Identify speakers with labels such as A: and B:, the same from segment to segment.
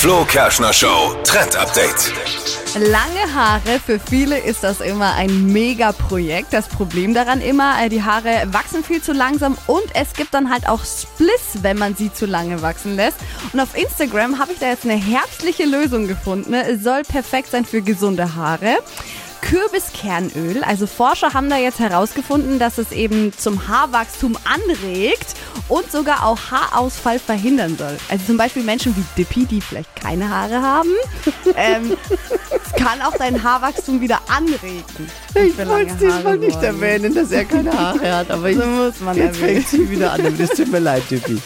A: Flo Kerschner Show Trend Update.
B: Lange Haare, für viele ist das immer ein Mega-Projekt. Das Problem daran immer, äh, die Haare wachsen viel zu langsam und es gibt dann halt auch Spliss, wenn man sie zu lange wachsen lässt. Und auf Instagram habe ich da jetzt eine herbstliche Lösung gefunden. ne? Es soll perfekt sein für gesunde Haare. Kürbiskernöl. Also Forscher haben da jetzt herausgefunden, dass es eben zum Haarwachstum anregt und sogar auch Haarausfall verhindern soll. Also zum Beispiel Menschen wie Dippy, die vielleicht keine Haare haben, ähm, es kann auch dein Haarwachstum wieder anregen.
C: Ich wollte es diesmal nicht erwähnen, dass er keine Haare hat, aber ich,
B: Genau. So muss man
C: jetzt
B: erwähnen.
C: fängt sie wieder an. Aber das tut mir leid, Dippi.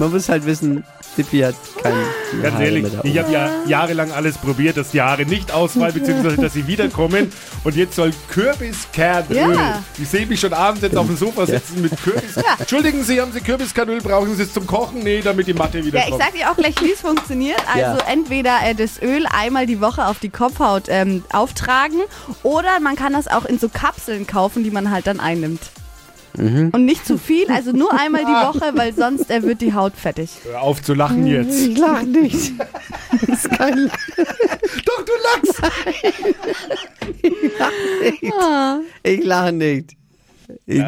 C: Man muss halt wissen, Dippi hat keine
D: Ganz
C: Haare
D: ehrlich,
C: mehr da
D: ich
C: oben.
D: habe ja jahrelang alles probiert, dass die Haare nicht ausfallen, beziehungsweise dass sie wiederkommen. Und jetzt soll Kürbiskernöl.
B: Ja.
D: Ich sehe mich schon abends jetzt auf dem Sofa sitzen mit Kürbis. Entschuldigen Sie, haben Sie Kürbiskernöl? Brauchen Sie es zum Kochen? Nee, damit die Matte
B: Ja, ich
D: wiederkommt.
B: sag dir auch gleich, wie es funktioniert.
C: Ja.
B: Also entweder äh, das Öl einmal die Woche auf die Kopfhaut ähm, auftragen oder man kann das auch in so Kapseln kaufen, die man halt dann einnimmt.
C: Mhm.
B: Und nicht zu viel, also nur einmal die
C: Ah.
B: Woche, weil sonst äh, wird die Haut fettig.
D: Hör auf zu lachen jetzt.
C: Ich lach nicht. Das ist kein
D: Doch, du lachst.
C: ich lache nicht. Ich,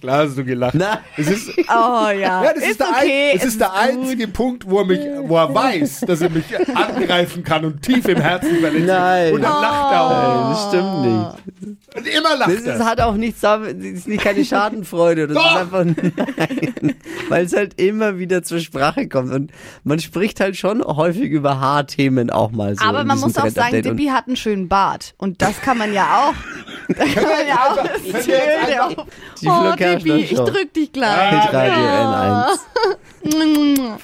D: Klar hast du gelacht.
C: Nein.
D: Es ist,
B: Oh ja.
D: ja, das ist, der, ein-
B: okay.
D: es ist der einzige Punkt, wo er, mich, wo er weiß, dass er mich angreifen kann und tief im Herzen verletzt.
C: Nein.
D: Und dann lacht er
C: Nein, das stimmt
B: Ah.
C: nicht.
D: auch. Und immer lacht
C: Das
D: er.
C: ist, hat auch nichts, damit- das ist nicht keine Schadenfreude. Das ist
D: Doch.
C: einfach, nein, weil es halt immer wieder zur Sprache kommt. Und man spricht halt schon häufig über Haarthemen auch mal so.
B: Aber
C: in
B: man
C: diesem
B: muss auch sagen,
C: Trend-Update. Und-
B: Dippi hat einen schönen Bart. Und das kann man ja auch. Da kann man ja auch Oh, das
D: Können wir jetzt
B: Öl
D: einfach-
B: auf.
C: Die Flo
B: Oh,
C: Kerschner
B: Dippi, ich
C: Show.
B: drück dich gleich.
C: Hitradio N1.